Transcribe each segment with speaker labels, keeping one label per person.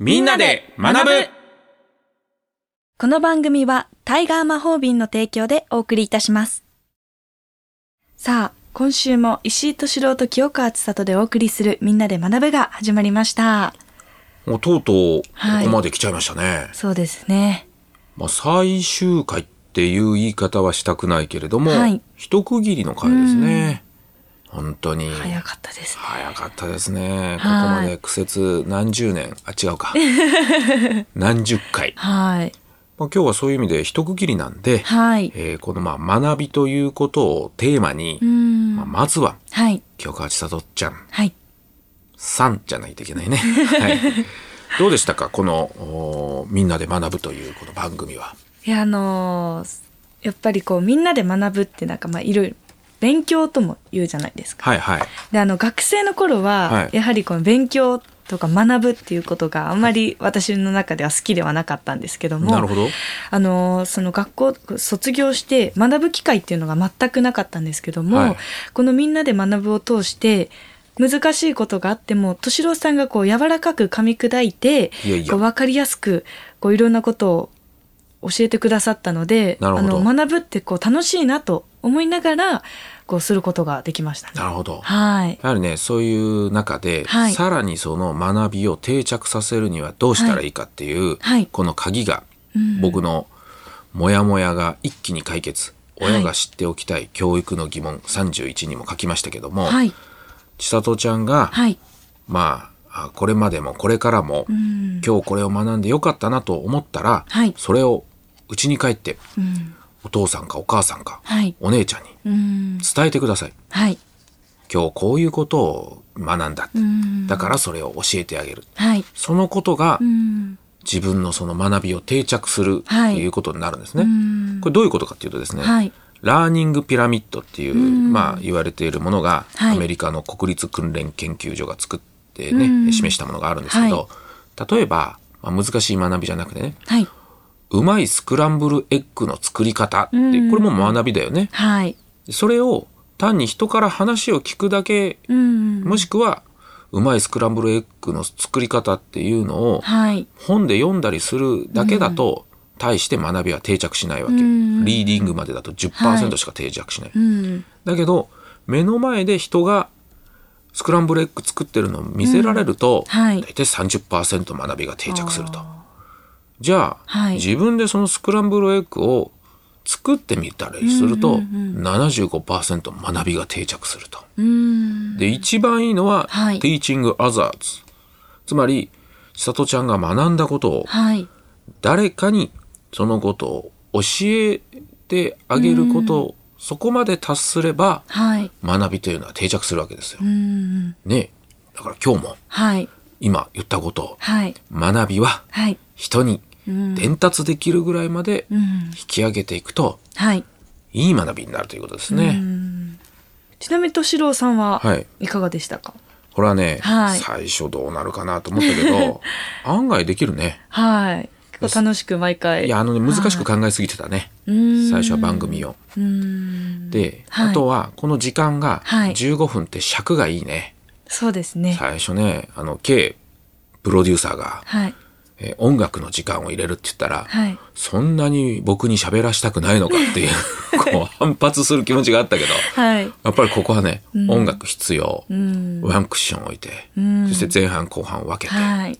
Speaker 1: みんなで学ぶ
Speaker 2: この番組はタイガー魔法瓶の提供でお送りいたします。さあ、今週も石井敏郎と清川千里でお送りするみんなで学ぶが始まりました。
Speaker 1: もうとうとう、こ
Speaker 2: はい
Speaker 1: こまで来ちゃいましたね。
Speaker 2: そうですね。
Speaker 1: まあ、最終回っていう言い方はしたくないけれども、
Speaker 2: はい
Speaker 1: 一区切りの回ですね。本当に。
Speaker 2: 早かったですね。
Speaker 1: 早かったですね。ここ
Speaker 2: は
Speaker 1: ま
Speaker 2: い
Speaker 1: で苦節何十年、あ、違う か。何十回。
Speaker 2: はい。
Speaker 1: まあ、今日はそういう意味で一区切りなんで、
Speaker 2: はい。
Speaker 1: えーこのまあ学びということをテーマに、
Speaker 2: うーん。
Speaker 1: まあ、まずは、
Speaker 2: はい。
Speaker 1: 清川千里ちゃん、
Speaker 2: はい。
Speaker 1: さんじゃないといけない ね。はい。どうでしたかこの、おーみんなで学ぶというこの番組は。
Speaker 2: いや、あのーやっぱりこう、みんなで学ぶってなんかまあ、いろいろ、勉強とも言うじゃないですか。
Speaker 1: はいはい。
Speaker 2: で、あの、学生の頃は、
Speaker 1: はい
Speaker 2: やはりこの勉強とか学ぶっていうことがあんまり私の中では好きではなかったんですけども、
Speaker 1: なるほど。
Speaker 2: あのその学校卒業して学ぶ機会っていうのが全くなかったんですけども、
Speaker 1: はい
Speaker 2: この「みんなで学ぶ」を通して難しいことがあっても敏郎さんがこう柔らかく噛み砕いて
Speaker 1: いやいや
Speaker 2: こう分かりやすくこういろんなことを教えてくださったので
Speaker 1: なる
Speaker 2: あ
Speaker 1: ほど
Speaker 2: の学ぶってこう楽しいなと思いながらこうすることができましたね。
Speaker 1: なるほど。
Speaker 2: はい、
Speaker 1: やはりね、そういう中で、
Speaker 2: はい
Speaker 1: さらにその学びを定着させるにはどうしたらいいかっていう、
Speaker 2: はい
Speaker 1: この鍵が、
Speaker 2: うん
Speaker 1: 僕のモヤモヤが一気に解決。
Speaker 2: はい
Speaker 1: 親が知っておきたい教育の疑問31にも書きましたけども、
Speaker 2: はい、
Speaker 1: 千里ちゃんが、
Speaker 2: はい、
Speaker 1: まあ、あこれまでもこれからも、
Speaker 2: うん、
Speaker 1: 今日これを学んでよかったなと思ったら、
Speaker 2: はい
Speaker 1: それを家に帰って、
Speaker 2: うん、
Speaker 1: お父さんかお母さんか、
Speaker 2: はい、
Speaker 1: お姉ちゃんに
Speaker 2: うん、
Speaker 1: 伝えてください。
Speaker 2: はい、
Speaker 1: 今日こういうことを学んだ。
Speaker 2: うん、
Speaker 1: だからそれを教えてあげる。
Speaker 2: はい、
Speaker 1: そのことが
Speaker 2: うん、
Speaker 1: 自分のその学びを定着すると
Speaker 2: はい
Speaker 1: いうことになるんです
Speaker 2: う
Speaker 1: ね。
Speaker 2: ん
Speaker 1: これどういうことかっていうとですね、
Speaker 2: はい、
Speaker 1: ラーニングピラミッドっていう、
Speaker 2: ん
Speaker 1: まあ言われているものが、
Speaker 2: はい
Speaker 1: アメリカの国立訓練研究所が作って
Speaker 2: う
Speaker 1: ね、
Speaker 2: ん
Speaker 1: 示したものがあるんですけど、例えば、まあ難しい学びじゃなくてね、
Speaker 2: はい、
Speaker 1: うまいスクランブルエッグの作り方って、
Speaker 2: うん
Speaker 1: これも学びだよね。
Speaker 2: はい。
Speaker 1: それを単に人から話を聞くだけ、
Speaker 2: うん。
Speaker 1: もしくは、うまいスクランブルエッグの作り方っていうのを
Speaker 2: はい。
Speaker 1: 本で読んだりするだけだと、対して学びは定着しないわけ。リ
Speaker 2: うん
Speaker 1: ーディングまでだと
Speaker 2: はい
Speaker 1: 10%しか定着しない。
Speaker 2: うん。
Speaker 1: だけど、目の前で人がスクランブルエッグ作ってるのを見せられると、
Speaker 2: うんはい
Speaker 1: 大体30%学びが定着すると。じゃあ、
Speaker 2: はい
Speaker 1: 自分でそのスクランブルエッグを作ってみたりすると、
Speaker 2: うんうん
Speaker 1: 75%学びが定着すると。
Speaker 2: うん。
Speaker 1: で、一番いいのは、
Speaker 2: はい
Speaker 1: teaching others。つまり、千里ちゃんが学んだことを、
Speaker 2: はい。
Speaker 1: 誰かにそのことを教えてあげることを、そこまで達すれば、
Speaker 2: はい。
Speaker 1: 学びというのは定着するわけですよ
Speaker 2: う。ん。
Speaker 1: ねだから今日も、
Speaker 2: はい。
Speaker 1: 今言ったことを、
Speaker 2: はい。
Speaker 1: 学びは
Speaker 2: はい。
Speaker 1: 人に
Speaker 2: うん。
Speaker 1: 伝達できるぐらいまで
Speaker 2: うん
Speaker 1: 引。き上げていくと、
Speaker 2: はい。
Speaker 1: いい学びになるということです
Speaker 2: う
Speaker 1: ね。
Speaker 2: んちなみに、敏郎さんは、
Speaker 1: はい
Speaker 2: いかがでしたか
Speaker 1: これはね、
Speaker 2: はい
Speaker 1: 最初どうなるかなと思ったけ ど、案外できるね。
Speaker 2: はい。結構楽しく毎回。
Speaker 1: いや、あのね、難しく考えすぎてたね。
Speaker 2: うん、
Speaker 1: 最初は番組を。
Speaker 2: うん。
Speaker 1: で、
Speaker 2: はい
Speaker 1: あとは、この時間が
Speaker 2: はい
Speaker 1: 15分って尺がいいね。
Speaker 2: そうですね。
Speaker 1: 最初ね、あの、K、プロデューサーが、
Speaker 2: はい。
Speaker 1: えー音楽の時間を入れるって言ったら、
Speaker 2: はい。
Speaker 1: そんなに僕に喋らしたくないのか っていう、こう、反発する気持ちがあったけど、
Speaker 2: はい。
Speaker 1: やっぱりここはね、
Speaker 2: うん
Speaker 1: 音楽必要、
Speaker 2: うん。
Speaker 1: ワンクッション置いて、
Speaker 2: うん
Speaker 1: そして前半後半分けて、
Speaker 2: はい。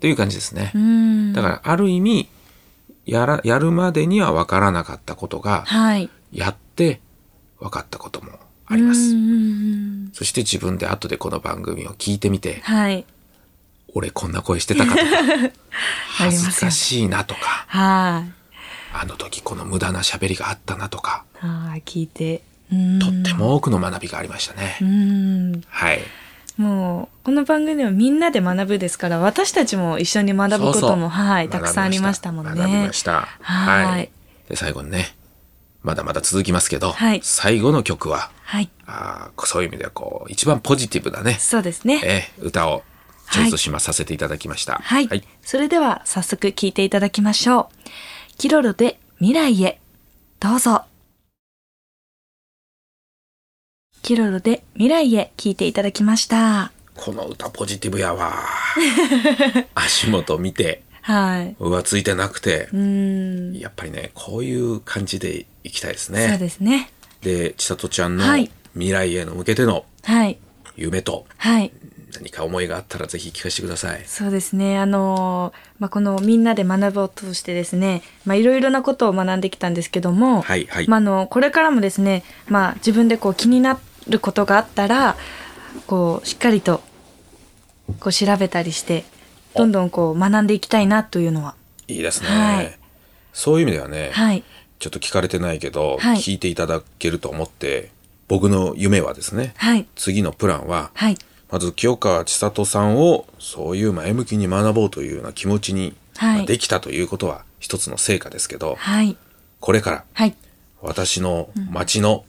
Speaker 1: という感じですね
Speaker 2: う。ん。
Speaker 1: だから、ある意味、やら、やるまでには分からなかったことが、
Speaker 2: はい。
Speaker 1: やって分かったこともありま
Speaker 2: う
Speaker 1: す。
Speaker 2: ん
Speaker 1: そして自分で後でこの番組を聞いてみて、
Speaker 2: はい。
Speaker 1: 俺こんな声してたかと か、恥ずかしいなとか、
Speaker 2: はい。
Speaker 1: あの時この無駄な喋りがあったなとか、
Speaker 2: ああ、聞いて。
Speaker 1: と
Speaker 2: と
Speaker 1: って。も多くの学びがありましたね。
Speaker 2: うん。
Speaker 1: はい。
Speaker 2: もう、この番組はみんなで学ぶですから、私たちも一緒に学ぶことも、
Speaker 1: そうそう
Speaker 2: はい、
Speaker 1: 学び
Speaker 2: たくさんありましたもんね。
Speaker 1: 学びました。
Speaker 2: はい
Speaker 1: で、最後にね、まだまだ続きますけど、
Speaker 2: はい
Speaker 1: 最後の曲は、
Speaker 2: はい。
Speaker 1: あーそういう意味ではこう、一番ポジティブなね、
Speaker 2: そうですね。
Speaker 1: えー歌をチョイスしま、させていただきました。
Speaker 2: はい。
Speaker 1: はい。
Speaker 2: それでは、早速聞いていただきましょう。キロロで未来へ。どうぞ。キロロで未来へ聞いていただきました。
Speaker 1: この歌ポジティブや わ足元見て
Speaker 2: はい。
Speaker 1: 浮ついてなくて
Speaker 2: うーん。
Speaker 1: やっぱりねこういう感じでいきたいです
Speaker 2: そう
Speaker 1: ね
Speaker 2: ですね。
Speaker 1: で千里ちゃんの
Speaker 2: はい
Speaker 1: 未来への向けての
Speaker 2: はい。
Speaker 1: 夢と
Speaker 2: はい。
Speaker 1: 何か思いがあったらぜひ聞かせてください
Speaker 2: そうですね。あのーまあ、このみんなで学ぶを通してですね、まあ、いろいろなことを学んできたんですけども、
Speaker 1: はいはい
Speaker 2: まあ、あの、これからもですね、まあ、自分でこう気になることがあったら、こう、しっかりと、こう調べたりして、どんどんこう学んでいきたいなというのは。
Speaker 1: いいですね、
Speaker 2: はい
Speaker 1: そういう意味ではね、
Speaker 2: はい。
Speaker 1: ちょっと聞かれてないけど、
Speaker 2: はい
Speaker 1: 聞いていただけると思って僕の夢はですね、
Speaker 2: はい。
Speaker 1: 次のプランは、
Speaker 2: はい。
Speaker 1: まず清川千里さんをそういう前向きに学ぼうというような気持ちに、
Speaker 2: はい
Speaker 1: まあできたということは一つの成果ですけど、
Speaker 2: はい。
Speaker 1: これから
Speaker 2: はい。
Speaker 1: 私の町の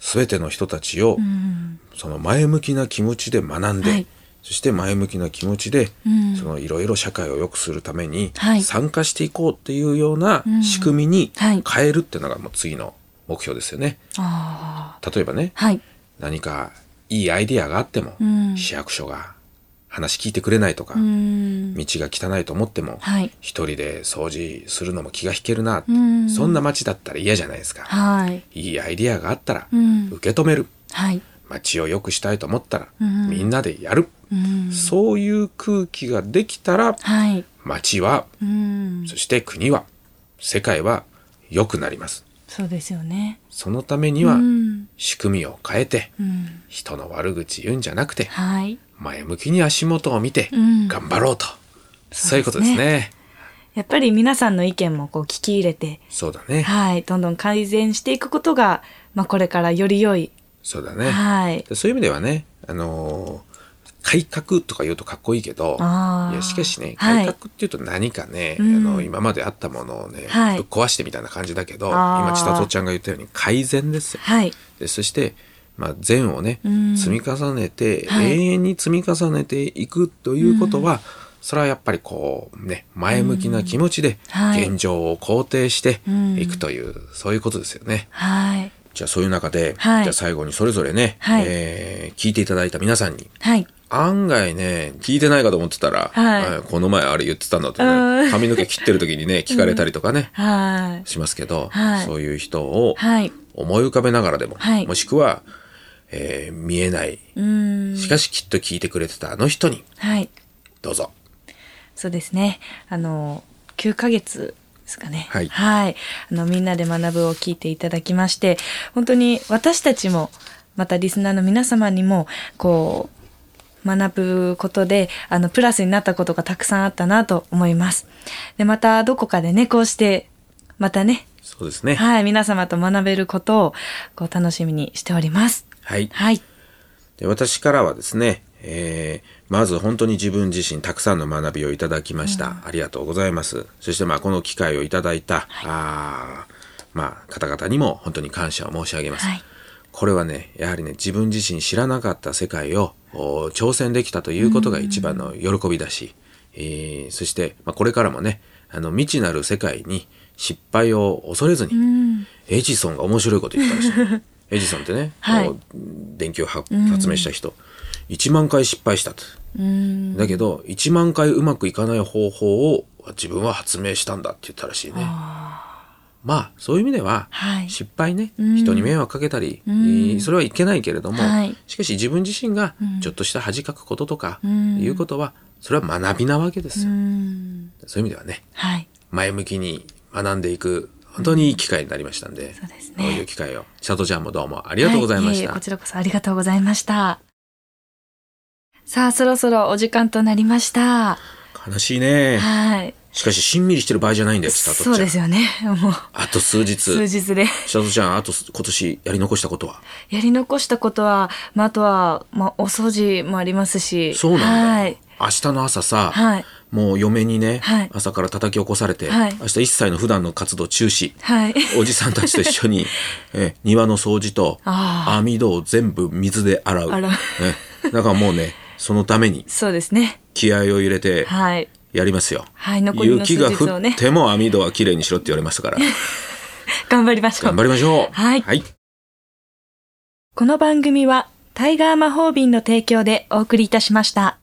Speaker 1: 全ての人たちを、
Speaker 2: うん。
Speaker 1: その前向きな気持ちで学んで、
Speaker 2: はい
Speaker 1: そして前向きな気持ちで、
Speaker 2: うん
Speaker 1: そのいろいろ社会を良くするために
Speaker 2: はい
Speaker 1: 参加していこうっていうような仕組みに
Speaker 2: はい
Speaker 1: 変えるっていうのがもう次の目標ですよね。
Speaker 2: ああ。
Speaker 1: 例えばね、
Speaker 2: はい。
Speaker 1: 何かいいアイディアがあっても、
Speaker 2: うん
Speaker 1: 市役所が話聞いてくれないとか、
Speaker 2: うん。
Speaker 1: 道が汚いと思っても、
Speaker 2: はい。
Speaker 1: 一人で掃除するのも気が引けるなって、
Speaker 2: うん
Speaker 1: そんな街だったら嫌じゃないですか。
Speaker 2: はい。
Speaker 1: いいアイディアがあったら、
Speaker 2: うん
Speaker 1: 受け止める。
Speaker 2: はい。
Speaker 1: 街を良くしたいと思ったら、
Speaker 2: うん
Speaker 1: みんなでやる。
Speaker 2: うん。
Speaker 1: そういう空気ができたら、
Speaker 2: はい。
Speaker 1: 街は、
Speaker 2: うん。
Speaker 1: そして国は、世界は良くなります。
Speaker 2: そうですよね。
Speaker 1: そのためには
Speaker 2: う、ん。
Speaker 1: 仕組みを変えて、
Speaker 2: うん。
Speaker 1: 人の悪口言うんじゃなくて、
Speaker 2: はい。
Speaker 1: 前向きに足元を見て、
Speaker 2: うん
Speaker 1: 頑張ろうと。そういうこととで
Speaker 2: で
Speaker 1: すす
Speaker 2: ね
Speaker 1: ね。
Speaker 2: やっぱり皆さんの意見もこう聞き入れて、
Speaker 1: そうだね。
Speaker 2: はい。どんどん改善していくことが、まあこれからより良い。
Speaker 1: そうだね。
Speaker 2: はい。
Speaker 1: でそういう意味ではね、あのー改革とか言うとかっこいいけど、
Speaker 2: ああ。
Speaker 1: いやしかしね、
Speaker 2: は
Speaker 1: 改
Speaker 2: い
Speaker 1: 革っ。ていうと何かね、
Speaker 2: うん
Speaker 1: あの今まであったものをね、
Speaker 2: はい
Speaker 1: ぶっ壊してみたいな感じだけど、
Speaker 2: あー
Speaker 1: 今千里ちゃんが言ったように改善ですよ。
Speaker 2: はい。
Speaker 1: でそして、まあ、善をね、
Speaker 2: うん
Speaker 1: 積み重ねて、
Speaker 2: はい
Speaker 1: 永遠に積み重ねていくということは、それはやっぱりこうね、前向きな気持ちで
Speaker 2: はい
Speaker 1: 現状を肯定して
Speaker 2: うん
Speaker 1: いくという、そういうことですよね。
Speaker 2: はい。
Speaker 1: じゃあそういう中で、
Speaker 2: はい
Speaker 1: じゃあ最後にそれぞれね、
Speaker 2: はい
Speaker 1: えー聞いていただいた皆さんに
Speaker 2: はい。
Speaker 1: 案外ね聞いてないかと思ってたら、
Speaker 2: はい
Speaker 1: あこの前あれ言ってたんだって
Speaker 2: うん
Speaker 1: ね髪の毛切ってる時にね聞かれたりとかね、
Speaker 2: はい。
Speaker 1: しますけど、
Speaker 2: はい
Speaker 1: そういう人を
Speaker 2: はい。
Speaker 1: 思い浮かべながらでも、
Speaker 2: はい
Speaker 1: もしくは、えー見えない
Speaker 2: うん。
Speaker 1: しかしきっと聞いてくれてたあの人に
Speaker 2: はい。
Speaker 1: どうぞ
Speaker 2: そうですね。あの、9ヶ月ですかね。
Speaker 1: はい
Speaker 2: あの、みんなで学ぶを聞いていただきまして、本当に私たちも、またリスナーの皆様にも、こう、学ぶことで、あの、プラスになったことがたくさんあったなと思います。で、またどこかでね、こうして、またね、
Speaker 1: そうですねはい、
Speaker 2: はい、皆様と学べることを、こう、楽しみにしております。はい。
Speaker 1: で私からはですね、えーまず本当に自分自身たくさんの学びをいただきました、ありがとうございますそしてまあこの機会をいただいた、あーまあ方々にも本当に感謝を申し上げます、
Speaker 2: はい
Speaker 1: これはねやはりね自分自身知らなかった世界をお挑戦できたということが一番の喜びだし、えーそして、まあ、これからもねあの未知なる世界に失敗を恐れずに、エジソンが面白いこと言ったらしいエジソンってね、
Speaker 2: はい
Speaker 1: あの電球を発発明した人、1万回失敗したと。
Speaker 2: うん。
Speaker 1: だけど、1万回うまくいかない方法を自分は発明したんだって言ったらしいね。まあ、そういう意味では、
Speaker 2: はい
Speaker 1: 失敗ね、人に迷惑かけたり、えーそれはいけないけれども、
Speaker 2: はい
Speaker 1: しかし自分自身がちょっとした恥かくこととか、
Speaker 2: ん
Speaker 1: いうことは、それは学びなわけです
Speaker 2: う
Speaker 1: よ。
Speaker 2: ん。
Speaker 1: そういう意味ではね、
Speaker 2: はい。
Speaker 1: 前向きに学んでいく、本当にいい機会になりましたんで、
Speaker 2: そうですね
Speaker 1: こういう機会を、千里ちゃんもどうもありがとうございました。
Speaker 2: はええこちらこそありがとうございました。さあ、そろそろお時間となりました。
Speaker 1: 悲しいね。
Speaker 2: はい。
Speaker 1: しかし、しんみりしてる場合じゃないんだよ、千里ちゃん。
Speaker 2: そうですよね。もう、
Speaker 1: あと数日。
Speaker 2: 数日で。
Speaker 1: 千里ちゃん、あと今年やり残したことは
Speaker 2: やり残したことは、まあ、あとは、まあ、お掃除もありますし。
Speaker 1: そうなん
Speaker 2: は
Speaker 1: だ
Speaker 2: い
Speaker 1: よ。。明日の朝さ、
Speaker 2: はい。
Speaker 1: もう嫁にね、
Speaker 2: はい
Speaker 1: 朝から叩き起こされて、
Speaker 2: はい
Speaker 1: 明日一切の普段の活動中止。
Speaker 2: はい。
Speaker 1: おじさんたちと一緒に、え庭の掃除と
Speaker 2: あー
Speaker 1: 網戸を全部水で洗う。
Speaker 2: 洗う
Speaker 1: えだからもうね、そのために
Speaker 2: そうですね。
Speaker 1: 気合を入れて
Speaker 2: はい。
Speaker 1: やりますよ。
Speaker 2: はい残りの数
Speaker 1: 雪
Speaker 2: 日を
Speaker 1: が
Speaker 2: ね
Speaker 1: 降っても網戸はきれいにしろって言われました から、
Speaker 2: 頑張りましょう
Speaker 1: 頑張。りましょう。
Speaker 2: はい
Speaker 1: はい。
Speaker 2: この番組はタイガー魔法瓶の提供でお送りいたしました。